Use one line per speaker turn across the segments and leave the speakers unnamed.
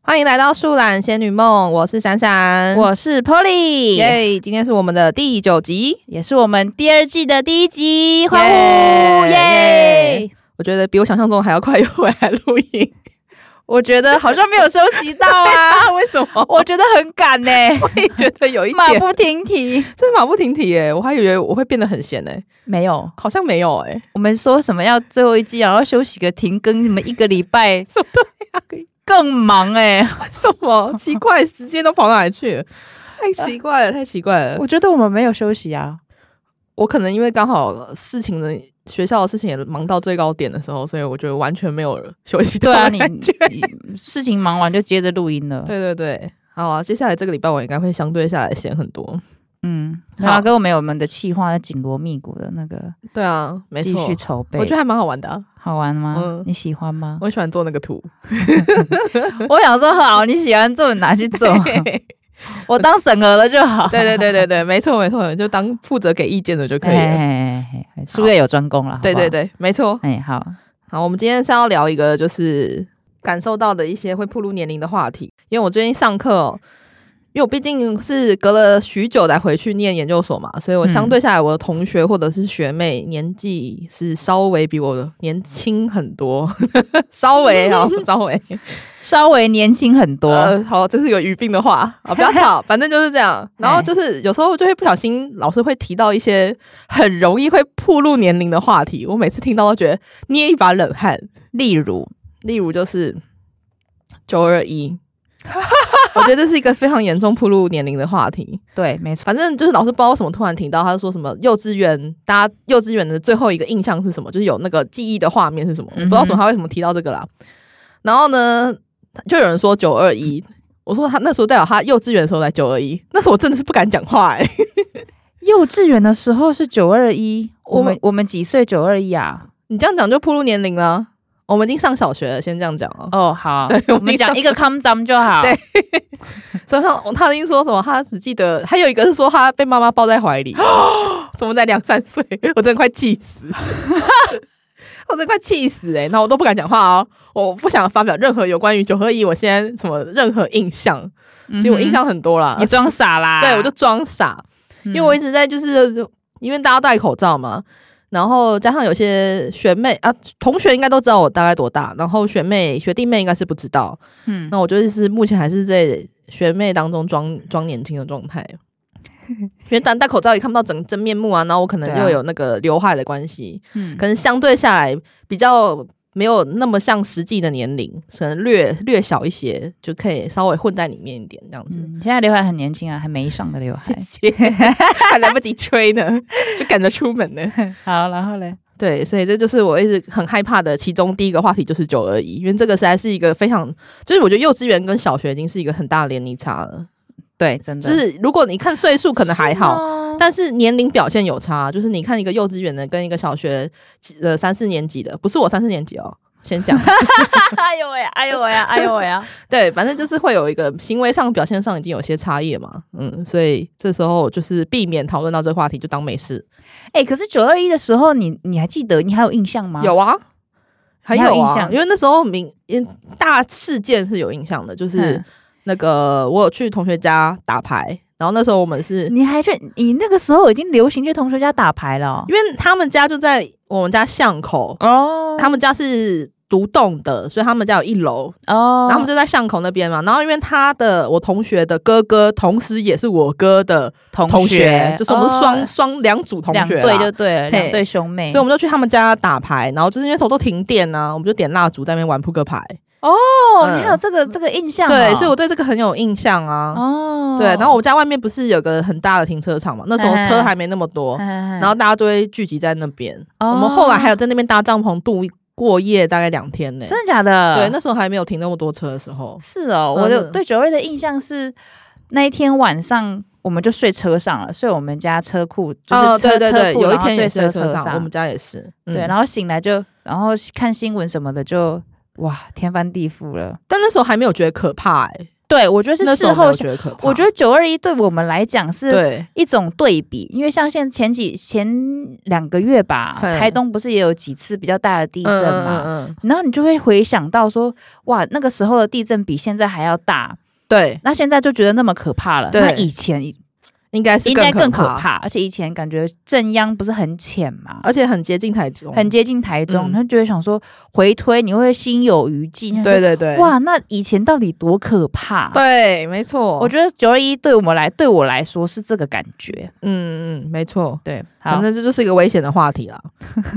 欢迎来到树懒仙女梦，我是闪闪，
我是 Polly，
耶！今天是我们的第九集，
也是我们第二季的第一集，欢呼
耶
耶！
我觉得比我想象中还要快又回来录音
我觉觉得好像没有休息到啊，
啊！为什么？
我觉得很赶呢、
我也觉得有一
马
点，
不停蹄。
真马不停蹄耶！我还以为我会变得很闲呢，
没有，
好像没有哎。
我们说什么要最后一季，然后休息个停更， 什么一个礼拜，
什么
更忙哎、
为什么？奇怪，时间都跑哪里去了？太奇怪了，太奇怪了！我
我觉得我们没有休息啊，
我可能因为刚好事情的学校的事情也忙到最高点的时候，所以我觉得完全没有休息到
对啊，
的
你
感觉。
你事情忙完就接着录音了。
对对对，好啊！接下来这个礼拜我应该会相对下来闲很多。
嗯，
好
然后跟我们有我们的企划，紧锣密鼓的那个
对啊，没
继
错，
续筹备，哦
我觉得还蛮好玩的、啊，
好玩吗？
嗯
你喜欢吗？
我很喜欢做那个 图。
我想说，好，你喜欢做你拿去 做
对
我当审核了就好。哎
对对对对，没错没错，就当负责给意见的就
啊
可以了。
以，哎术业有专攻了。好不
对
好
对，对，没错。
哎，好，
好，我们今天是要聊一个就是感受到的一些会暴露年龄的话题，因为我最近上课、哦。因为我毕竟是隔了许久才回去念研究所嘛，所以我
嗯
相对下来，我的同学或者是学妹年纪是稍微比我的年轻很多， 稍微啊，稍微。
稍微年轻很多。
呃，好，这是有语病的话啊，不要吵，反正就是这样。然后就是有时候就会不小心，老师会提到一些很容易会暴露年龄的话题，我每次听到都觉得捏一把冷汗。
例如，
例如就是九二一， 我觉得这是一个非常严重暴露年龄的话题。
对，没错，
反正就是老师不知道为什么突然提到，他就说什么幼稚园，大家幼稚园的最后一个印象是什么？就是有那个记忆的画面是什么？我不知道为什么他为什么提到这个啦。然后呢，就有人说九二一，我说他那时候代表他幼稚园的时候才九二一，那时候我真的是不敢讲话哎、
幼稚园的时候是九二一，
我
我
们
们我们几岁？九二一啊？
你这样讲就暴露年龄了。我们已经上小学了，先这样讲哦。
哦，好，
对我
我
们
们讲
讲
一个 come down 就好。
对所以他他已经说什么，他只记得还有一个是说他被妈妈抱在怀 里， 怎么在两三岁， 我真的快气 死，我真的快气死哎、欸！那我都不敢讲话哦，我不想发表任何有关于九合一我现在什么任何印象，
嗯哼，
其实我印象很多啦，
你装傻啦。
对我就装傻，
嗯，
因为我一直在就是因为大家戴口罩嘛。然后加上有些学妹啊，同学应该都知道我大概多大，然后学妹、学弟妹应该是不知道。
嗯，
那我就是目前还是在学妹当中装装年轻的状态，因为戴戴口罩也看不到整真面目啊，然后我可能
对啊
又有那个刘海的关系，
嗯
可能相对下来比较没有那么像实际的年龄，可能略略小一些，就可以稍微混在里面一点这样子。
嗯，你现在刘海很年轻啊，还没上的刘 海
谢。谢， 还来不及吹呢，就赶着出门呢。
好，然后嘞，
对，所以这就是我一直很害怕的其中第一个话题，就是九二一，因为这个实在是一个非常，就是我觉得幼稚园跟小学已经是一个很大的年龄差了。
对，真的啊
就是如果你看岁数可能还好，
好
但是年龄表现有差。就是你看一个幼稚园的跟一个小学呃三四年级的，不是我三四年级哦，先 讲
哎呦喂，哎呦喂，哎呦喂啊！
对，反正就是会有一个行为上表现上已经有些差异了嘛，嗯，所以这时候就是避免讨论到这个话题，就当没事。
哎、可是九二一的时候你，你还记得，你还有印象吗？
有啊，很
你还有
有啊
印象
因为那时候明因大事件是有印象的，就是
嗯
那个我有去同学家打牌，然后那时候我们是
你还去，你那个时候已经流行去同学家打牌了
因为他们家就在我们家巷口，
哦
他们家是独栋的，所以他们家有一楼，
哦
然后他们就在巷口那边嘛。然后因为他的我同学的哥哥，同时也是我哥的
同
同学，就是我们是双
哦
双两组同
两
学
对就
啦。
对了，
嘿
两对兄妹，
所以我们就去他们家打牌，然后就是因为头都停电呢、我们就点蜡烛在那边玩扑克牌。
哦，
嗯
你还有这个这个印象哦、
对，所以我对这个很有印象啊。
哦，
对，然后我家外面不是有个很大的停车场嘛？那时候车还没那么多，
然
然后大家都会聚集在那边。
哦
我们后来还有在那边搭帐篷度过夜，大概两天呢、
真的假的？
对，那时候还没有停那么多车的时候，
是哦，
嗯
我有对九二一的印象是那一天晚上。我们就睡车上了，睡我们家车库，就是车、
哦，对对对，
车库
有一
然后
天也
睡
是在车
车
上，我们家也是，嗯
对，然后醒来就，然后看新闻什么的就，哇，天翻地覆了。
但那时候还没有觉得可怕、欸，
对我觉得是
那时
事
候没
后
有
想，
觉得可怕，
我觉
得
得九二一对我们来讲是
对
一种对比，因为像现前几前两个月吧，
嘿
台东不是也有几次比较大的地震嘛，
嗯嗯嗯
然后你就会回想到说，哇，那个时候的地震比现在还要大，
对，
那现在就觉得那么可怕了。
对
那以前应
应该是
该更可
怕，
怕，而且以前感觉正央不是很浅嘛，
而且很接近台中，
很接近台中，
嗯
他、就会想说回推，你会心有余悸。你会
对
说
对对，，
哇，那以前到底多可怕？
对，没错，
我觉得九二一对我们来，对我来说是这个感觉。
嗯嗯，没错。
对，好
反，正这就是一个危险的话题 啦，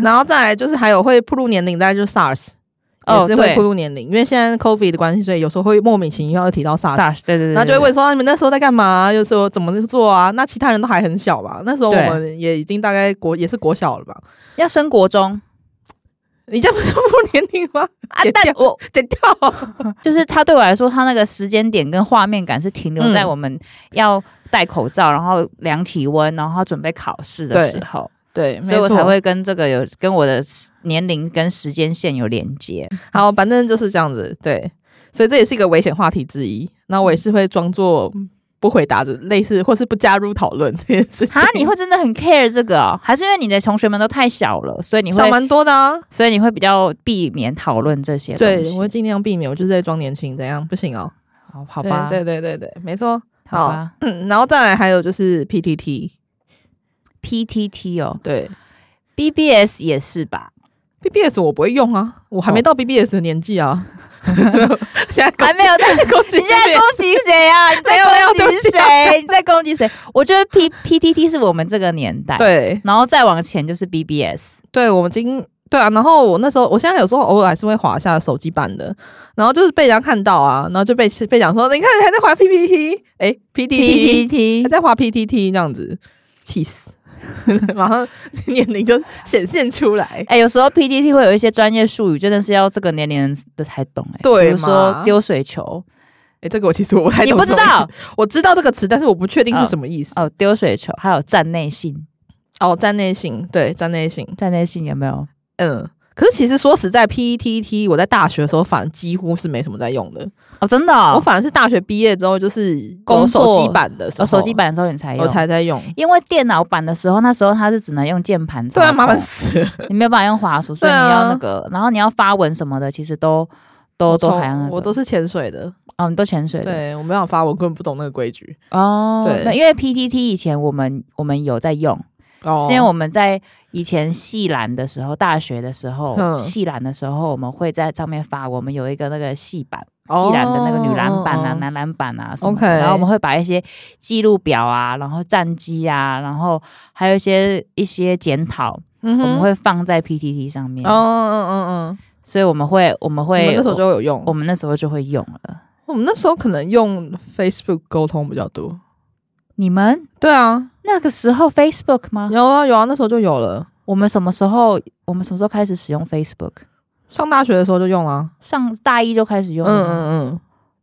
然后再来就是还有会铺路年龄，大概就是 SARS，也是会
哦对
铺路年龄，因为现在 COVID 的关系，所以有时候会莫名其妙的提到 SARS，
SARS，对对对，
然后就会
对
问说、啊你们那时候在干嘛、又说怎么做啊？那其他人都还很小吧？那时候我
对
们也已经大概国也是国小了吧？
要升国中
你这样不是 不年龄吗？
啊
剪，
但
掉
我
剪掉，啊
就是他对我来说，他那个时间点跟画面感是停留在
嗯
我们要戴口罩，然后量体温，然后准备考试的
对
时候，
对，
所以我才会跟这个有跟我的年龄跟时间线有连 接。
好，反正就是这样子，对，所以这也是一个危险话题之一。那我也是会装作不回答的，类似或是不加入讨论这件事情。
啊，你会真的很 care 这个哦？还是因为你的同学们都太小了，所以你
少
会，
蛮多的啊，
所以你会比较避免讨论这些东
对，
西？
我会尽量避免，我就是在装年轻，怎样不行哦？
好好吧，
对对对对对，没错。
好吧
嗯，然后再来还有就是 PTT，
，PTT 哦
对
，BBS 也是吧？
BBS 我不会用啊，我还没
哦
到 BBS 的年纪 啊，现在攻
还没 有
在攻击
你现在
BBS
攻击谁 啊？你
没有没
在
有
攻
对不
击
起啊
谁？你在攻击谁？我觉得 P PTT 是我们这个年代，，
对
然后再往前就是 BBS，
对，我们经对啊，然后我那时候，我现在有时候偶尔还是会滑一下手机版的，然后就是被人家看到啊，然后就被被讲说，你看你还在滑 PPT，哎，PTT，还
PTT
在滑 PTT 这样子，气死， 马上年龄就显现出来，
哎、有时候 PTT 会有一些专业术语，真的是要这个年龄的才懂哎、
对
比如说
嘛
丢水球，
哎，这个我其实我不太
你
懂
不知
什么意
道
思，我知道这个词，但是我不确定是什么意思。
哦，丢水球，还有站内信，
哦，站内信，对，站内信，
站内信有没有？
嗯。可是其实说实在，PTT E 我在大学的时候反而几乎是没什么在用的，
哦，真的、
我
哦，
反而是大学毕业之后就是
工
有手
作哦
机版的时候，
我手机版的时候你才
哦
用
我，才在用。
因为电脑版的时候，那时候它是只能用键盘操
对
控，
啊，麻烦死了。
你没有办法用滑鼠，所
对
以你
啊
要那个，然后你要发文什么的，其实都都都还要那个，
我都是潜水的，
哦，你都潜水的
对我没办法，我根本不懂那个规矩。
哦，
对
没因为 PTT 以前我们我们有在用，
哦
是因为我们在以前系篮的时候，大学的时候，
嗯
系篮的时候，我们会在上面发，我们有一个那个系版。系篮的那个女篮板啊、
哦哦哦哦
男篮板啊什么的
OK
然后我们会把一些记录表啊，然后战绩啊，然后还有一些一些检讨，
嗯
我
哼
们会放在 PTT 上面
哦，嗯嗯嗯嗯，
所以我们会我们
我
会
们那时候就有
我
用，
们那时候就会用了。
我们那时候可能用 Facebook 沟通比较多。
你们
对啊，
那个时候 Facebook 吗？
有啊有啊，那时候就有了。
我们什么时候？我们什么时候开始使用 Facebook？
上大学的时候就用啊，
上大一就开始
嗯
用了
嗯
吗。
嗯，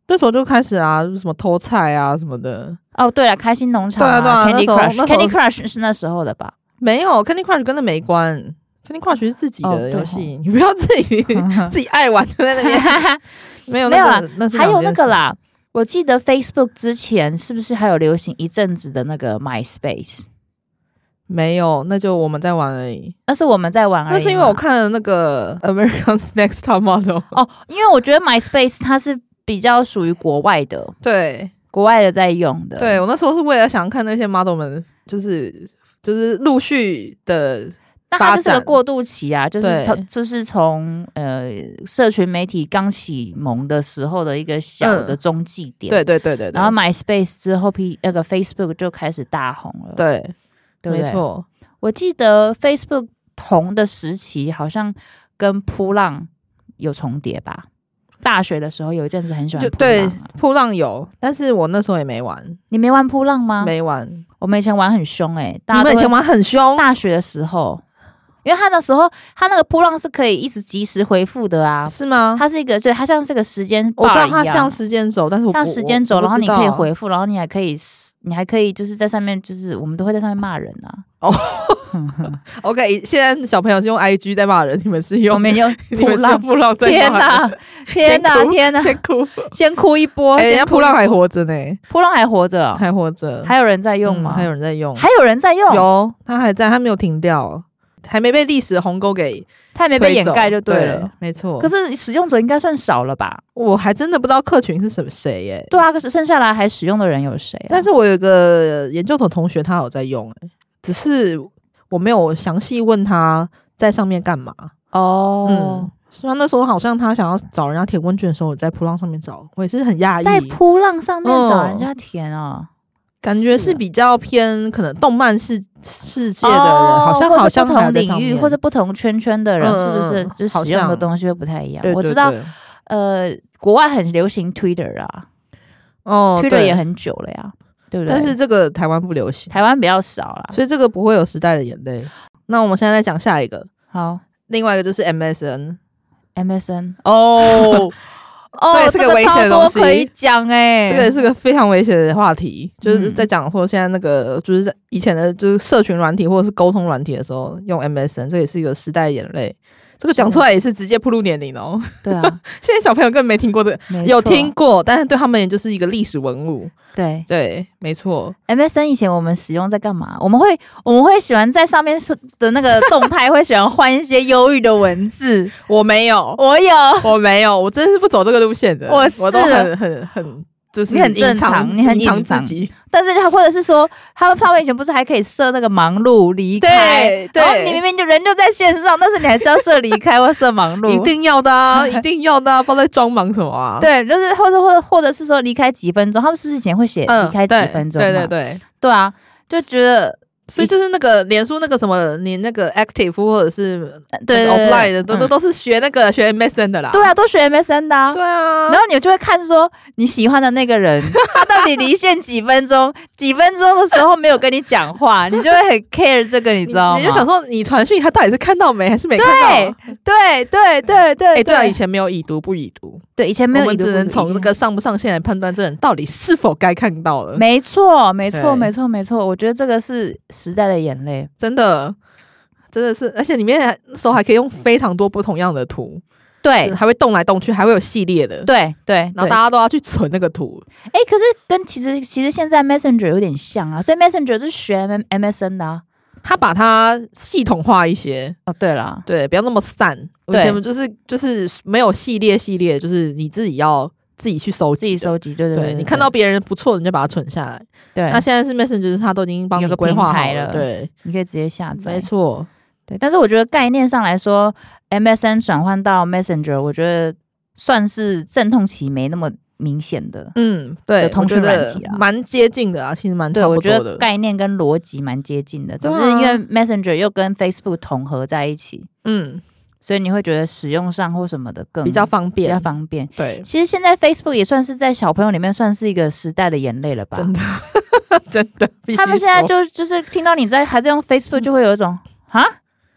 那时候就开始啊，就是什么偷菜啊什么的，
哦，对了，开心农场、
对啊对啊那
Candy
时候那时候
Crush，Candy Crush 是那时候的吧？
没有 Candy Crush 跟那没关，Candy Crush 是自己
哦
的
对
游戏，你不要自 己自己爱玩就在那边，没有
没有
那
啊
个，那是
还有
两
那
件
个
事
啦，我记得 Facebook 之前是不是还有流行一阵子的那个 MySpace？
没有，那就我们在玩而已。
那是我们在玩而已吗。
那是因为我看了那个 American's Next Top Model。
哦，因为我觉得 MySpace 它是比较属于国外的，
对，
国外的在用的。
对我那时候是为了想看那些 model 们，就是就是陆续的，
那它就是
发
个
展
过渡期啊，就是
对
从就是从呃社群媒体刚启蒙的时候的一个小的
嗯
中继点。
对对对对对，
然后 MySpace 之后，P 那个 Facebook 就开始大红了，
对，
对不对
没错，
我记得 Facebook 红的时期好像跟扑浪有重叠吧。大学的时候有一阵子很喜欢
就
扑浪
对
啊、
扑浪有，但是我那时候也没玩，
你没玩扑浪吗？
没玩。
我们以前玩很凶哎、大
你
家都
们以
会
前玩很凶，
大学的时候，因为他那时候他那个扑浪是可以一直及时回复的啊，
是吗？
它是一个对，它像是个时间 bar
我
一
知道
样，
它像时间轴，但是我
像
不
时间轴，
我不
然后你
知道
可以回复，然后你还可以，你还可以就是在上面，就是我们都会在上面骂人啊。
哦， OK，现在小朋友是用 IG 在骂人，你们是
我
用
们用
你
扑
们是用
浪，
扑 浪在
天
骂
哪
人，，
天哪，
先哭
天哪，
先哭。
先哭一波。
哎，
先
人家
哭
扑浪
一
还
波，
活着呢，
扑浪还活着哦，
还活着，
还有人在用
嗯
吗？
还有人在用，
还有人在用，
有，他还在，他没有停掉，还没被历史的鸿沟给
他也没
推
被掩
走
盖就
对
了。，
没错。
可是使用者应该算少了吧？
我还真的不知道客群是什么谁耶、
对啊，可是剩下来还使用的人有谁啊？
但是我有一个研究所同学，他有在用、欸，只是我没有详细问他在上面干嘛。
哦
嗯，，虽然那时候好像他想要找人家填问卷的时候，我在扑浪上面找，我也是很讶
在
异，
扑浪上面找人
嗯
家填啊，
感觉是
是啊
比较偏可能动漫世世界
哦，
的人，好像
或者
好像
不
还有
同
在上
领域
面
或者不同圈圈的人，
嗯
是不是
嗯
就
好
使用的
像
东西会不太一样
对？
我
对
知道，
对
呃，国外很流行 Twitter 啊
哦
，Twitter
对
也很久了呀，对不对？
但是这个台湾不流行，
台湾比较少啦。
所以这个不会有时代的眼泪。那我们现在再讲下一个，
好
另外一个就是 MSN
，MSN
哦，这
哦，
也是个危险的
超多
东西
可以讲哎，
这个也是个非常危险的话题，就是
嗯
在讲说现在那个就是在以前的就是社群软体或者是沟通软体的时候用 MSN，这也是一个时代的眼泪。这个讲出来也是直接铺路年龄哦，
对啊，
现在小朋友根本没听过这个，
没
有
错
听过，但是对他们也就是一个历史文物。
对
对，没错，
MSN 以前我们使用在干嘛？我们会我们会喜欢在上面说的那个动态，会喜欢换一些忧郁的文字。
我没有，
我有，
我没有，我真是不走这个路线的，
我是
我都很很很。就是
你很
隐藏
正常你很
隐藏
隐
自
藏
己，
但是他或者是说，他们他们以前不是还可以设那个忙碌离开？
对
然后
对，
你明明就人就在线上，但是你还是要设离开或设忙碌。
一定要的、 啊，一定要的、啊，不知道在装忙什么啊？
对，就是或者或者或者是说离开几分钟，他们是不是以前会写
嗯，
离开
对
几分钟嘛？
对对对，
对啊，就觉得
所以就是那个脸书那个什么，你那个 active 或者是
呃对对对
offline 的，都都
嗯
都是学那个学 MSN 的啦。
对啊，都学 MSN 的啊。
对啊，
然后你就会看说你喜欢的那个 人，他到底离线几分钟？几分钟的时候没有跟你讲话，你就会很 care 这个，你知道吗？
你就想说你传讯他到底是看到没还是没看
对
到？
对对对对，
哎，对啊，以前没有已读不已读，
对以前没
我
有已
们
读
只
不已
能
经，
从那个上不上线来判断这人到底是否该看到了。
没错没错
对
没错没错，我觉得这个是时代的眼泪。
真的。真的是，而且里面还那时候还可以用非常多不同样的图，就
对
是还会动来动去，还会有系列的，
对对，
然后
对
大家都要去存那个图，
哎，可是跟其实其实现在 Messenger 有点像啊，所以 Messenger 是学 M MSN 的啊。
他把它系统化一些，
哦，对了，
对，不要那么散。我以
对
前就是就是没有系列系列，就是你自己要自己去收集
自
的，
己收集，对对
对
对，
你看到别人不错，你就把它存下来。
对
那，现在是 Messenger，就是它都已经帮你
有个
规划好
平台了
对，
你可以直接下载
没。错，
对，但是我觉得概念上来说，MSN 转换到 Messenger，我觉得算是阵痛期没那么明显的。
嗯，对，
的通讯
我觉得
软体啊
蛮接近的啊，其实蛮
对，
差
我
不
觉
多
得
的。
概念跟逻辑蛮接近的，只
对啊
是因为 Messenger 又跟 Facebook 统合在一起，
嗯，
所以你会觉得使用上或什么的更
比较方
嗯比较
便，
方便。
对，
其实现在 Facebook 也算是在小朋友里面算是一个时代的眼泪了吧？
真的真 的。必须
他们现在
说
就就是听到你在还在用 Facebook，就会有一种啊，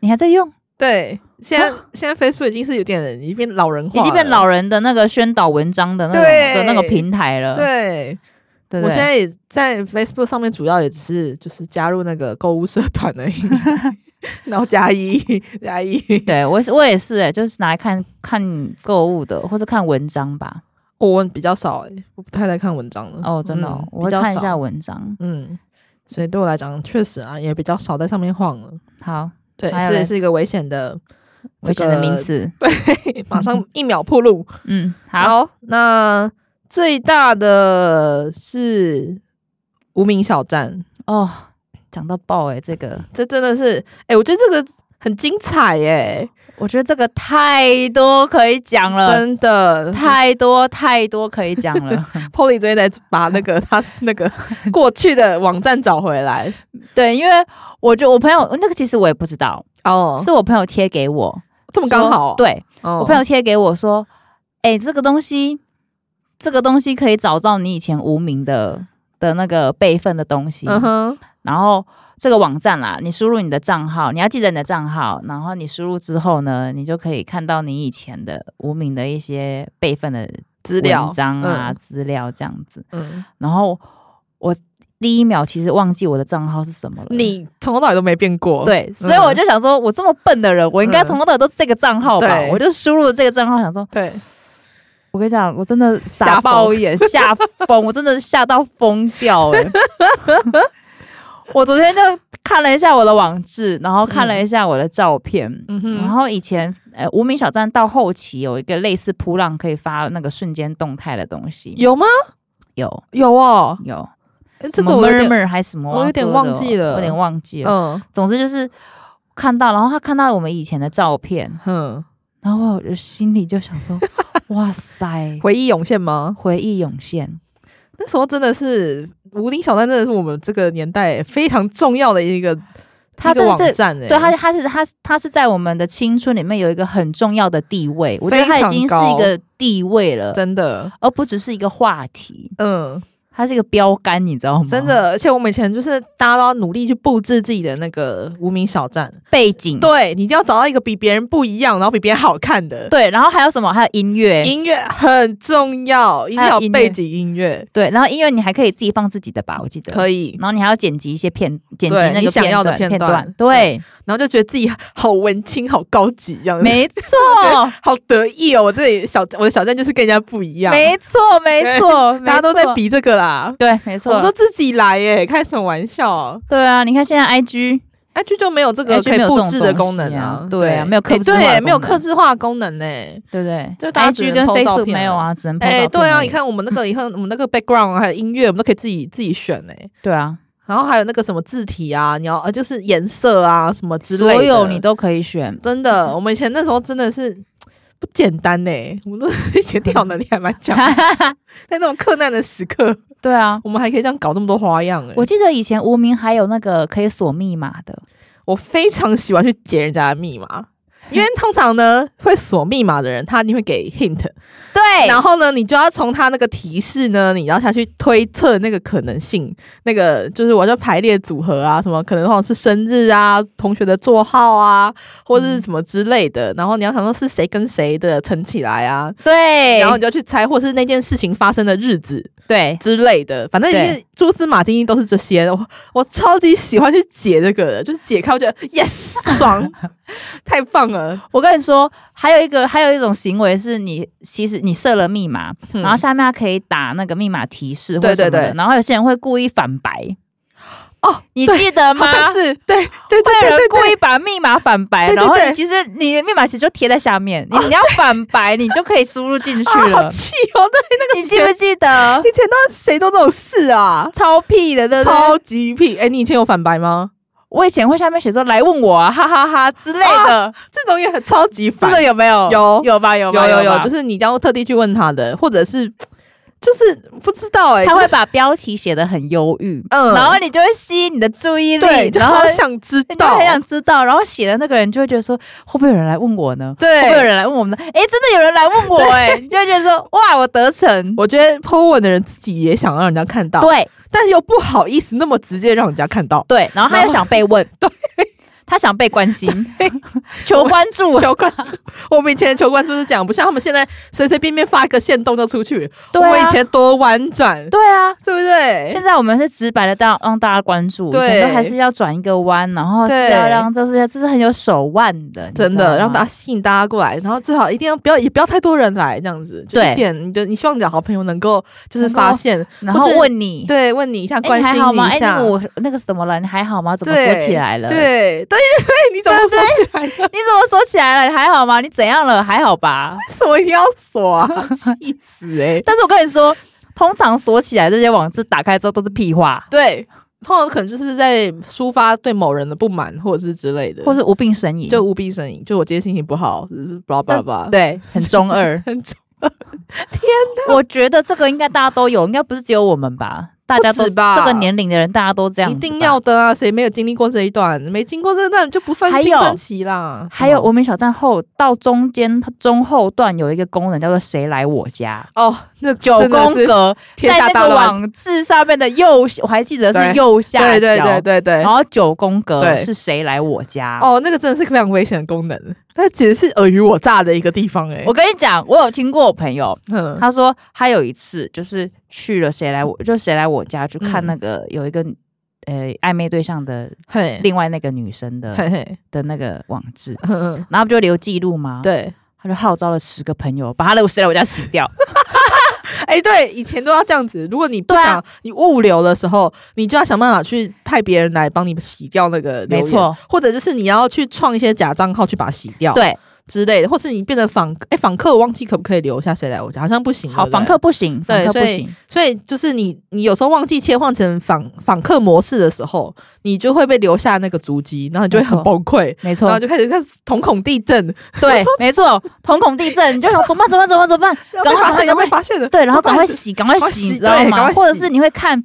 你还在用，
对，现 在现在 Facebook 已经是有点已经变老人化，
已经变。老人的那个宣导文章的那种
对
的那个平台了。
对，
对不
我
对
现在也在 Facebook 上面，主要也只是就是加入那个购物社团 而已，然后加一加一。
对我也是，我也是、欸，就是拿来看看购物的，或者看文章吧。
我文比较少、欸，我不太在看文章了。
哦，真的哦、
嗯
我会
比较
看一下
少
文章。
嗯，所以对我来讲，确实啊，也比较少在上面晃了。
好，
对，
还有
这也
嘞
是一个危险的，
危险的名，词。
马上一秒破路。
嗯，好，
那最大的是无名小站，
哦，讲到爆哎、欸，这个
这真的是，哎、我觉得这个很精彩、欸耶，
我觉得这个太多可以讲了，
真的
太多太多可以讲 了。
Polly 昨天才把那 个他那个过去的网站找回来
对，因为我就我朋友那个其实我也不知道，
哦，
是我朋友贴给我，
这么刚好、
说对，
哦，
我朋友贴给我说：“哎、这个东西，这个东西可以找到你以前无名的的那个备份的东西。
嗯哼，
然后这个网站啦，你输入你的账号，你要记得你的账号，然后你输入之后呢，你就可以看到你以前的无名的一些备份的
资料
文章啊、
嗯
资料这样子。
嗯，
然后我第一秒其实忘记我的账号是什么了。
你嗯从头到尾都没变过，，
对，所以我就想说，我这么笨的人，我应该从头到尾都是这个账号吧？
嗯对
我就输入了这个账号，想说，
对，
我跟你讲，我真的
吓
傻
疯
爆眼，吓疯，我真的吓到疯掉哎、我昨天就看了一下我的网志，然后看了一下我的照片，
嗯哼，
然后以前呃无名小站到后期有一个类似扑浪可以发那个瞬间动态的东西，
有吗？
有
有哦，
有
诶这
什
个
么
我有点
murmur 还是什么啊，
我有点
歌的
忘记了
我有点忘记了。
嗯
总之就是看到，然后他看到我们以前的照片，
嗯哼，
然后我就心里就想说， 哇塞，
回忆涌现吗？
回忆涌现。
那时候真的是无名小站，真的是我们这个年代非常重要的一个
它
一个
真的
网
是
站欸诶，
对，他他是他他是在我们的青春里面有一个很重要的地位，我觉得
非
他已
常
经是
高
一个地位了，
真的，
而不只是一个话题，
嗯。
它是一个标杆，你知道吗？
真的，而且我们以前就是大家都要努力去布置自己的那个无名小站，
背景
对你一定要找到一个比别人不一样，然后比别人好看的。
对，然后还有什么？还有音乐，
音乐很重要，一定要有背景音乐，
对，然后音乐你还可以自己放自己的吧，我记得。
可以。
然后你还要剪辑一些片，剪辑
对
那
你
个
想要的
片
片段
段，对，
然后就觉得自己好文青、好高级这样子，
没 错，
好得意哦。我这里小我的小站就是跟人家不一样，
没错，没 错，
大家都在
没错，
比这个啦。
对，没
我们
错
都，自己来耶，开什么玩笑、啊？
对啊，你看现在 I G，
IG 就没有这个
IG
可以
哎没有这
布
种
置的
东
功能
西啊
啊，
对啊没有客制化
诶
的
对，
功
没有
能
客制化功能呢。
对不对？
就大家
I
只
G
能
跟
po 照
Facebook
片
没有啊，只能拍。
哎、对啊，你
看，
看我们那 个以后，我们那个 background 还有音乐，我们都可以自己自己选哎、
对啊，
然后还有那个什么字体啊，你要呃就是颜色啊什么之类的，
所有你都可以选。
真的，我们以前那时候真的是不简单呢、哎我们都以前电脑能力还蛮强 的，在那种困难的时刻，
对啊，
我们还可以这样搞这么多花样哎、
我记得以前无名还有那个可以锁密码的，
我非常喜欢去解人家的密码。因为通常呢，会锁密码的人，他一定会给 hint，
对
然后呢，你就要从他那个提示呢，你要下去推测那个可能性，那个就是我就排列组合啊，什么可能好像是生日啊、同学的座号
嗯
啊，或者是什么之类的。然后你要想说是谁跟谁的乘起来啊，
对，
然后你就去猜，或是那件事情发生的日子
对，
之类的。反正一些
对
蛛丝马迹都是这些。我我超级喜欢去解这个的，就是解开我觉得 yes 爽，太棒了。
我跟你说，还有一个，还有一种行为是你其实你设了密码，
嗯
然后下面它可以打那个密码提示或
对
者什么的，
对对
然后有些人会故意反白。
哦，
你
对
记得吗
好？像是对对对
会
对
有人
对
故意把密码反白，
对对对
然后你其实你的密码其实就贴在下面，你你要反白，你就可以输入进去
啊
了。
好气哦！对，
你记不记得？
以前都谁都这种事啊，
超屁的，对不对？
超级屁！哎、你以前有反白吗？
我以前会下面写说来问我啊，哈哈哈之类的，
这种也很超级
这
烦，
个有没有？
啊有
有吧？有吧
有有有，
吧
就是你要特地去问他的，或者是就是不知道哎、
他会把标题写的很忧郁，
嗯
然后你就会吸引你的注意力
对，，就
然后
好想知
你就
道
很，想知道，然后写的那个人就会觉得说，会不会有人来问我呢？
对
会不会有人来问我们呢？哎，真的有人来问我哎、 诶你就会觉得说，哇，我得逞。
我觉得 Po 文的人自己也想让人家看到，
对
但是又不好意思那么直接让人家看到，
对，然后他
然
又
后
想被问， 对，他想被关心， 求
我
关注，
求关注。我们以前的求关注是这样，不像他们现在随随便便发一个线动就出去。
对
我们
啊
以，前多婉转，
对啊。
对不对？
现在我们是直白的让让大家关注，以
对
前都还是要转一个弯，然后是
对
要让这是这是很有手腕的，你
真
知道吗
的让大家吸引大家过来，然后最好一定要不要也不要太多人来这样子，就
对
一点你的你希望你的好朋友能够就是
能够
发现，
然
或
后
是
问你，
对，问你一下，
诶
关
你
心
还好吗？
一
哎，
下
那个。我那个怎么了？你还好吗？怎么
对
说起来了？
对对对对，你怎么说起来的？
你怎么锁起来了？你还好吗？你怎样了？还 好吧？
为什么一定要锁啊？ 气死哎、欸！
但是我跟你说，通常锁起来这些网址打开之后都是屁话，
对，通常可能就是在抒发对某人的不满，或者是之类的，
或是无病呻吟，
就无病呻吟，就我今天心情不好，巴拉巴拉巴拉。。
对，很中二
很重，
我觉得这个应该大家都有，应该不是只有我们吧？大家
不
都
止吧
这个年龄的人，大家都这样，
一定。要的啊！谁没有经历过这一段？没经过这段就不算
还有
青春期啦。
还有
什么
无名小站后到中间中后段有一个功能叫做“谁来我家
哦，那”，
九
真的
宫
是
格
天
在
下
那
大
个
乱，
网志上面的右，我还记得
对
是右下角，
对对对对对
然。后九宫格
对哦
是“谁来我家”，
哦，那个真的是非常危险的功能，但其实是尔虞我诈的一个地方哎、
我跟你讲，我有听过我朋友，
嗯
他说他有一次就是去了谁来我就谁来我家去看
嗯
那个、有一个呃暧昧对象的
嘿
另外那个女生的
嘿嘿，
的那个网志，
嗯嗯，
然后不就留记录吗？，
对，
他就号召了十个朋友把他的谁来我家洗 掉。
哎、对，以前都要这样子。如果你不
对啊
想、你物流的时候，你就要想办法去派别人来帮你洗掉那个留言
没错，
或者就是你要去创一些假账号去把它洗掉，
对，
之类的，或是你变成访哎访客，我忘记可不可以留下谁来我家，好像不行。
好，
对不对
访客，不行，访
对
客不
所以
行，
所以就是你你有时候忘记切换成访访客模式的时候，你就会被留下那个足迹，然后你就会很
没
崩溃。
没错
然后，就开始看瞳孔地震，
对，没错，瞳孔地震，你就想怎么办？怎么办？怎么办？怎
要
么办？
被
快
发现，要
赶快
被发现了。
对，然
怎
后赶
么办
快洗，赶快
赶快
洗，
洗
你知道
对赶
吗？
快
或者
洗
是你会看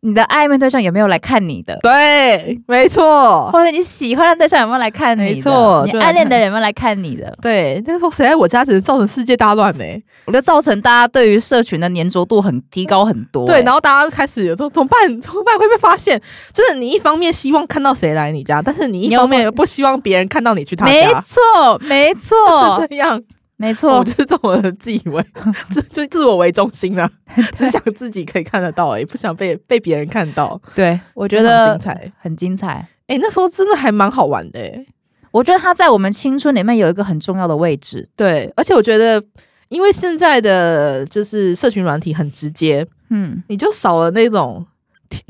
你的暧昧对象有没有来看你的，
对，没错，
或者你喜欢的对象有没啊有来看你的，
没错
你
就
暗
来
恋的
看
人有没有来看你的？
对。那时候谁在我家，只能造成世界大乱呢、欸
我觉得造成大家对于社群的粘着度很提高很多、
对，
欸
然后大家开始有时候怎么办？怎么办会被发现？就是你一方面希望看到谁来你家，但是你
你
一
又
方面又不希望别人看到你去他
没
家，
错，没
就是
错，
这样。
没
我
错，
哦就是这么的自以 为，自就自我为中心 啊，只想自己可以看得到而已，不想被被别人看到。
对，我觉
非常
得
精彩。
很精彩。
哎、那时候真的还蛮好玩的、欸。
我觉得他在我们青春里面有一个很重要的位置，
对，而且我觉得，因为现在的就是社群软体很直接，
嗯，
你就少了那种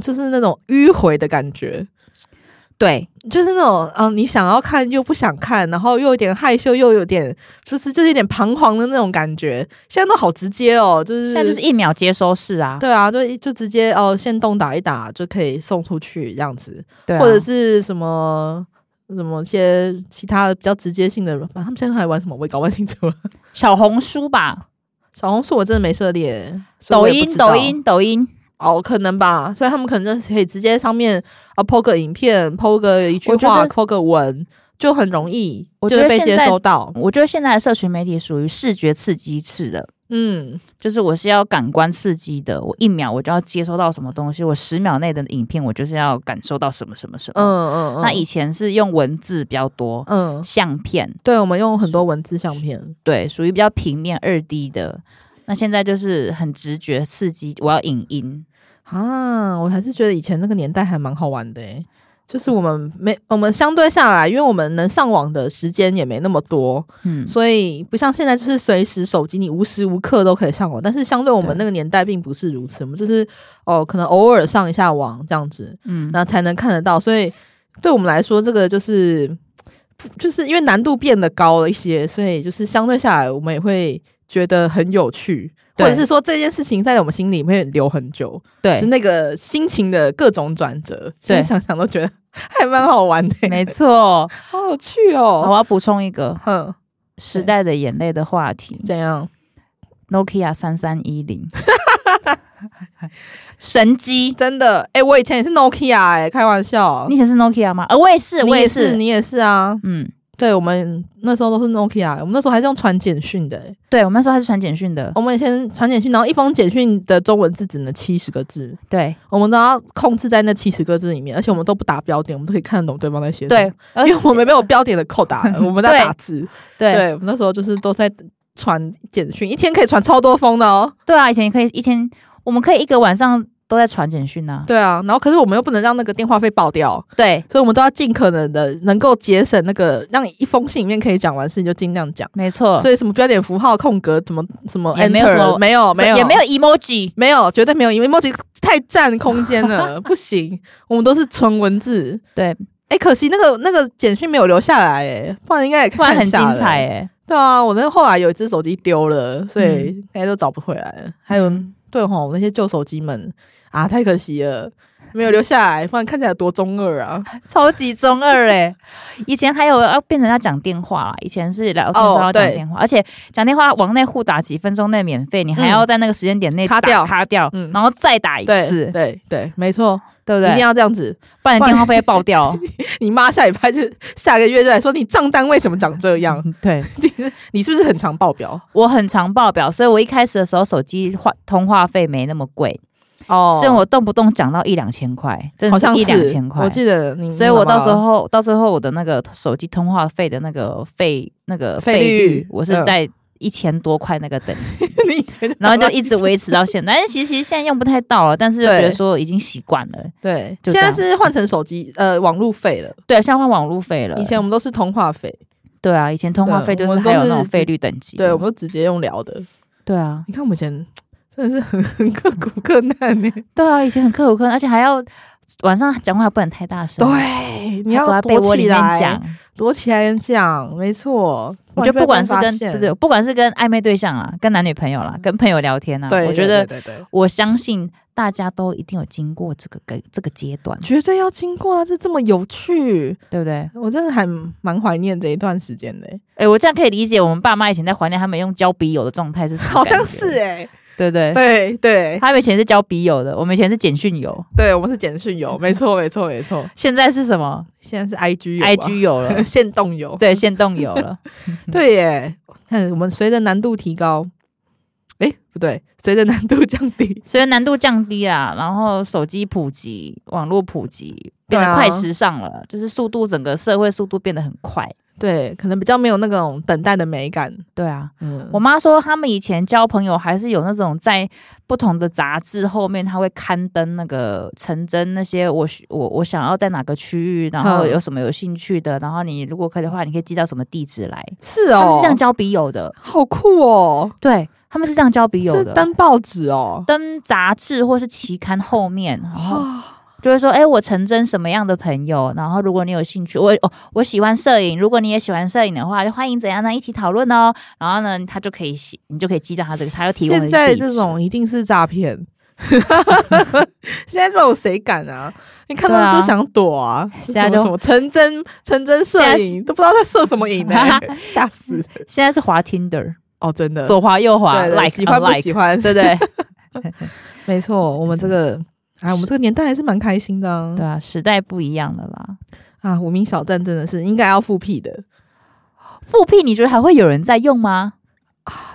就是那种迂回的感觉。
对，
就是那种，嗯、你想要看又不想看，然后又有点害羞，又有点就是就是有点彷徨的那种感觉。现在都好直接哦，就是
现在就是一秒接收式啊，
对啊，就就直接哦，线动打一打就可以送出去这样子，
对啊，
或者是什么什么一些其他的比较直接性的，啊他们现在还玩什么我也搞不清楚了。
小红书吧，
小红书我真的没涉猎，所以
抖
我也不
音，
知道
抖音，抖音，
哦，可能吧，所以他们可能就是可以直接上面啊抛个影片，抛个一句
我觉
话，
得
抛个文，就很容易，
我
就
觉
会
得
被
现
接
在
收到。
我觉得现在的社群媒体属于视觉刺激式的，
嗯，
就是我是要感官刺激的，我一秒我就要接收到什么东西，我十秒内的影片我就是要感受到什么什么什么。
嗯嗯，
那以前是用文字比较多，
嗯，
相片
对，我们用很多文字相片，
对，属于比较平面二 D 的。那现在就是很直觉刺激，我要影音，
啊，我还是觉得以前那个年代还蛮好玩的、欸。就是我们没，我们相对下来，因为我们能上网的时间也没那么多，
嗯，
所以不像现在就是随时手机，你无时无刻都可以上网。但是相对我们
对
那个年代并不是如此，我们就是哦，可能偶尔上一下网这样子，
嗯，
那才能看得到。所以对我们来说，这个就是就是因为难度变得高了一些，所以就是相对下来，我们也会觉得很有趣，或
对
者是说这件事情在我们心里会留很久，就
对，
那个心情的各种转折，现
对
在想想都觉得还蛮好玩的、
没错。
好有趣哦。
好我要补充一个
哼，
时代的眼泪的话题
怎样？
，Nokia 三三一零， 神机，
真的，哎、我以前也是 Nokia 哎、开玩笑，
你以前是 Nokia 吗？呃，我也是，
你
我
也
是，
你也是啊。
嗯，
对，我们那时候都是 Nokia，我们那时候还是用传简讯的、哎
对，我们那时候还是传简讯的，
我们以前传简讯，然后一封简讯的中文字只能七十个字，
对
我们都要控制在那七十个字里面，而且我们都不打标点，我们都可以看得懂对方在写什
对呃
么。，因为我们没有标点的扣 打，我们在打字。对
对
我们那时候就是都在传简讯，一天可以传超多封的哦。
对啊，以前可以一天，我们可以一个晚上都在传简讯呐、
对啊，然后可是我们又不能让那个电话费爆掉，
对，
所以我们都要尽可能的能够节省那个，让一封信里面可以讲完事情就尽量讲。
没错，
所以什么标点符号、空格、什么什么
也
enter，
没有什么
没有哦没有
也没有 emoji，
没有，绝对没有，因为 emoji 太占空间了，不行。我们都是纯文字，
对，
哎、可惜那个那个简讯没有留下来、哎，不然应该也
不然
看
很
一
精
下了
彩哎、
对啊，我那后来有一只手机丢了，所以应该都找不回来了。还有，对吼，那些旧手机们啊，太可惜了，没有留下来，不然看起来有多中二啊！
超级中二哎、以前还有要变成要讲电话啦，以前是聊天的时候
哦
要讲
对
电话，而且讲电话往内互打几分钟内免费，你还
嗯
要在那个时间点内
卡
打
掉
卡掉，
嗯
然后再打一
对
次，
对对，没错，
对不
一定
对？
要这样子。
不然
不然
电话费会爆掉。
你妈下礼拜就下个月就来说你账单为什么长这样？
对，
你是不是很常爆表？
我很常报表，所以我一开始的时候手机话通话费没那么贵，
哦
所以我动不动讲到一两千块，真
好
的
像
一两
是
千块
我。记得你，
所以我到时
你妈妈
候到最后我的那个手机通话费的那个费那个
费
费
率
率，我是
嗯
在一千多块那个等级，
你觉得，
然后就一直维持 到现在。但是其实其实现在用不太到了，但是就觉
对
得说已经习惯了。
对，
就
现在
这样
是换成手机呃网路费了，
对，啊像换网路费了
以。前我们都是通话费，
对啊，以前通话费
对
就
我
是
们
还有
都是
那种
直
费率等级。
对，我们都直接用聊的。
对啊，
你看我们以前 真的是很很刻苦克难呢，
对啊，以前很刻苦克，而且还要晚上讲话不能太大声，，
对，你
躲
要
在被
躲
窝里
起
面
来
讲，。
躲起来讲，没错。
我觉得不管是
然就被
跟对
发现嗯
对，不管是跟暧昧对象啊，跟男女朋友啦，跟朋友聊天啊，
对，
我觉得
对对对对
我相信大家都一定有经过这个个这个阶段，
绝对要经过啊，这这么有趣，
对不 对？
我真的还蛮怀念这一段时间的欸、
哎，我这样可以理解我们爸妈以前在怀念他们用交笔友的状态是什么，
好像是，哎、
对不对？
对对
他们以前是交笔友的，我们以前是简讯友，
对，我们是简讯游，没错没错没错，
现在是什么
现在是 I G 游，
？IG 友 了
现动游，
对，限动友了，
对耶，看我们随着难度提高，哎、不对，随着难度降 低，
随着难度降低啦，然后手机普及，网络普及，
对
变得
啊
快时尚了，就是速度，整个社会速度变得很快。
对，可能比较没有那种等待的美感，
对啊，
嗯，
我妈说他们以前交朋友还是有那种在不同的杂志后面，他会刊登那个成真那些我需我我想要在哪个区域，然后
哼
有什么有兴趣的，然后你如果可以的话，你可以寄到什么地址来。
是
他们
哦
是这，样交笔友的，
好酷哦，
对，他们是这样交笔友
是
的，
登报纸哦，
登杂志或是期刊后面，然后
哇，
就会说，哎、我成真什么样的朋友？然后如果你有兴趣，我哦，我喜欢摄影，如果你也喜欢摄影的话，就欢迎怎样呢？一起讨论哦。然后呢，他就可以写，你就可以寄到他这个，他要提供的
现在
地址
这种一定是诈骗。 现在这种谁敢啊？你看
对
到
啊哎
就想躲啊！
现在就
什么什么成真成真摄
现在
影都不知道在摄什么影呢、 吓死！
现在是滑 Tinder，
哦，真的，
左滑右滑
对对
啊，like
喜欢不
unlike，
喜欢？
对不对？
没错，我们这个哎，我们这个年代还是蛮开心的啊
对啊，时代不一样了啦。
啊！无名小站真的是应该要复辟的，
复辟，你觉得还会有人在用吗？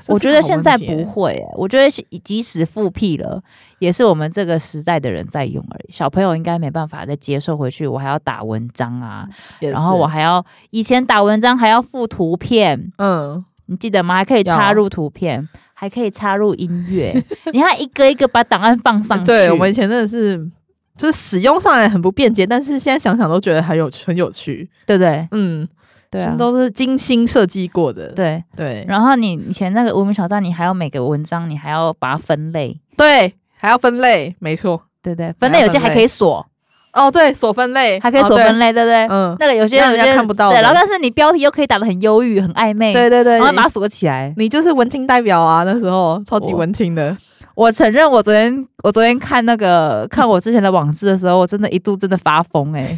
我觉得
这是
现
个好
在
问题
不会、欸，我觉得是即使复辟了，也是我们这个时代的人在用而已。小朋友应该没办法再接受回去，我还要打文章啊，
也是
然后我还要以前打文章还要附图片，
嗯，
你记得吗？还可以插
要
入图片，还可以插入音乐，你看一个一个把档案放上去。
对我们以前真的是。就是使用上来很不便捷，但是现在想想都觉得很有很有趣，
对不对
嗯，
对啊，
都是精心设计过的，
对。
对
然后你以前那个无名小站，你还要每个文章你还要把它分类，
对，还要分类，没错，
对不对？分类有些还可以锁，
哦，对，锁分类
还可以锁分类，对不
类？
对
哦嗯，
那个有些
让
有
人家
些
看不到的
对，然后但是你标题又可以打的很忧郁、很暧昧，，
对对对
然，后把它锁起来。
你就是文青代表啊，那时候超级
我
文青的，
我承认，我昨天我昨天看那个看我之前的网志的时候，我真的一度真的发 疯哎、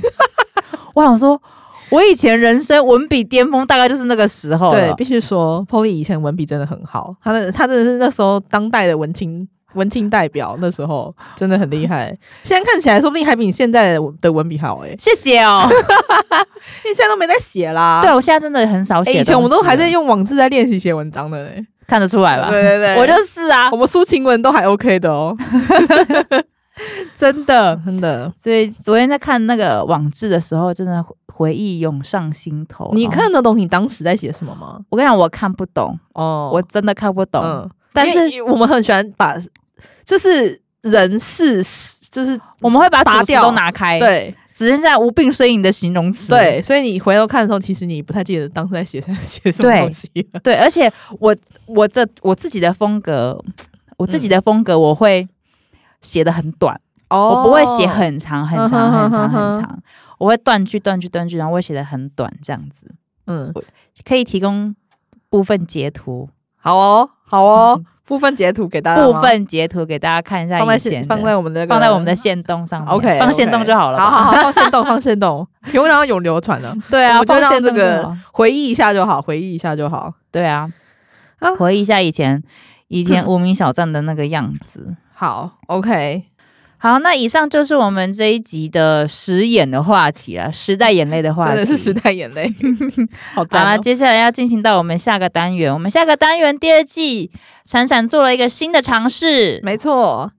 我想说，我以前人生文笔巅峰大概就是那个时候
对
了，。
必须说，Polly 以前文笔真的很好，他的他真的是那时候当代的文青文青代表，那时 候真的很厉害。现在看起来，说不定还比你现在的文笔好哎、欸，
谢 谢哦。
因为现在都没在写啦。
对，我现在真的很少
欸
写、
啊以前我们都还在，用网字在练习写文章的嘞、
看得出来吧？
对对对，
我就是 啊
我，们抒情文都还 OK 的哦，
真的。
真的。
所以昨天在看那个网志的时候，真的回回忆涌上心头。
你
然后
看，得懂你当时在写什么吗？
我跟你讲，我看不懂，
哦
我真的看不懂。
嗯，
但
因为
是
我们很喜欢把就是人事就是
我们会把
拔
主词
掉
都拿开，，
对
只剩下无病呻吟的形容词。
对，所以你回头看的时候，其实你不太记得当时在写写什么
对
东 西了。
对，而且我我这我自己的风格，我自己
嗯
的风格我会写的很短，
哦
我不会写很长很
嗯
长
哼
很
哼
长
哼
很长，我会断句断句断句，然后我会写的很短，这样子
嗯，
可以提供部分截图，
好哦，好哦，部分截图给大家吗，
部分截图给大家看一下
放在
以
线
前
放在我们的那个
放在我们的线动上面
OK，
放线动就好了吧。
好 好好，放线动，放线动， 不用让它永流传了，
对
我
啊，
们就
放
让
限
这
动就
个
好
回忆一下就好，回忆一下就好。
对啊
啊，
回忆一下以前以 前无名小站的那个样子。
好，OK，
好，那以上就是我们这一集的时眼的话题了，时代眼泪的话
真
题。
的是时代眼泪， 好
啊好啊
赞
了，
哦！
接下来要进行到我们下个单元。我们下个单元第二季，闪闪做了一个新的尝试，
没错，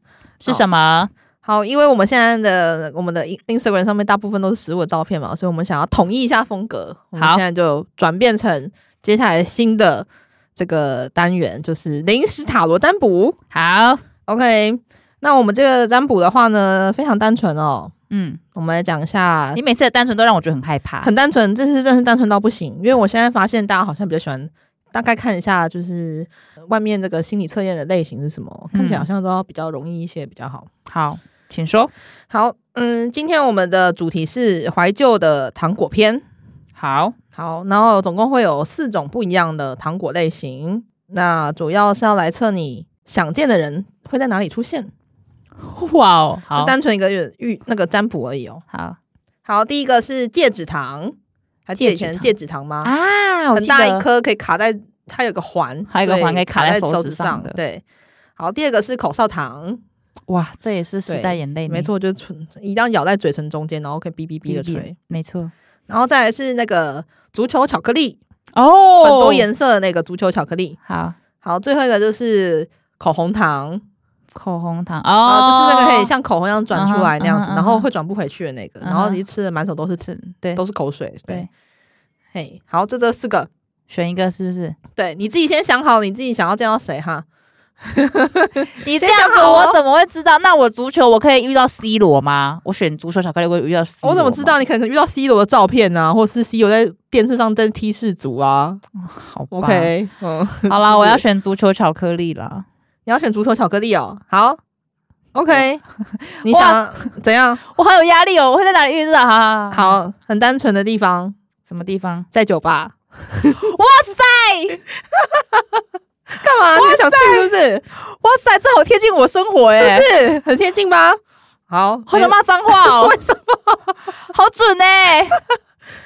是什么？
好，因为我们现在的我们的 In- Instagram 上面大部分都是食物的照片嘛，所以我们想要统一一下风格。我们
好
现在就转变成接下来新的这个单元，就是临时塔罗占卜。
好，
OK，那我们这个占卜的话呢，非常单纯哦。
嗯，
我们来讲一下
你，每次的单纯都让我觉得很害怕。
很单纯，这次真是单纯到不行。因为我现在发现大家好像比较喜欢大概看一下，就是呃外面这个心理测验的类型是什么，看起来
嗯
好像都要比较容易一些，比较好。
好，请说。
好，嗯，今天我们的主题是怀旧的糖果篇。
好，
好，然后总共会有四种不一样的糖果类型。那主要是要来测你想见的人会在哪里出现，
哇哦，好
就，单纯一个预那个占卜而已哦。
好
好，第一个是戒指糖，还记得以前的戒
戒
指糖吗？
啊，我
很
记
大一
得
颗，可以卡在它有个环，
还有一个
所
环可以卡
卡
在手
手
指上
上
的
对，好，第二个是口哨糖，
哇，这也是时
对
代眼泪，
没，错，就是唇一定要咬在嘴唇中间，然后可以哔哔哔的吹。，
没错。
然后再来是那个足球巧克力，
哦，
很多颜色的那个足球巧克力。
好，
好，最后一个就是口红糖，
口红糖
啊，
哦，
就是那个可以像口红一样转出来那样子，
嗯哼嗯哼
然后会转不回去的那个，
嗯哼
然后你吃的满手都是
是对
都是口水。对
对，，
嘿，好，就这四个，
选一个是不 是？
对，你自己先想好你自己想要见到谁哈。
你
这样子我
怎么会知道？那我足球我可以遇到 C 罗吗？我选足球巧克力，我有遇到 C
哦
罗
我
吗
怎么知？道你可能遇到 C 罗的照片啊，或是 C 罗在电视上在踢世足啊
好吧
？OK，嗯，
好啦，
是
我要选足球巧克力啦。
你要选足球巧克力哦。好，OK，你 想怎样？
我好有压力哦，我会在哪里遇到？哈，
好，很单纯的地方，
什么地方？
在酒 吧。
哇塞，
干嘛？你也想去是不是？
哇塞，这好贴近我生活哎、
是不是很贴近吧？好，
好想
吗？
骂脏话 哦！为什么？ 好准哎、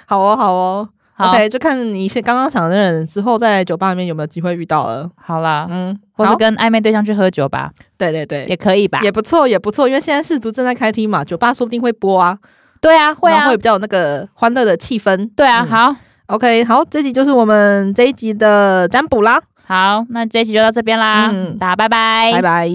好哦， 好哦。
好
OK，就看你先刚刚想的人之后，在酒吧里面有没有机会遇到了。
好啦，
嗯，
或
好
者跟暧昧对象去喝酒吧，
对对对，
也可以吧？
也不错，也不错，因为现在世足正在开踢嘛，酒吧说不定会播啊，
对啊，会
然后
啊
会，比较有那个欢乐的气氛。
对啊，
嗯
好
OK，好，这集就是我们这一集的占卜啦，
好，那这一期就到这边啦，
嗯
哎大家拜拜，
拜拜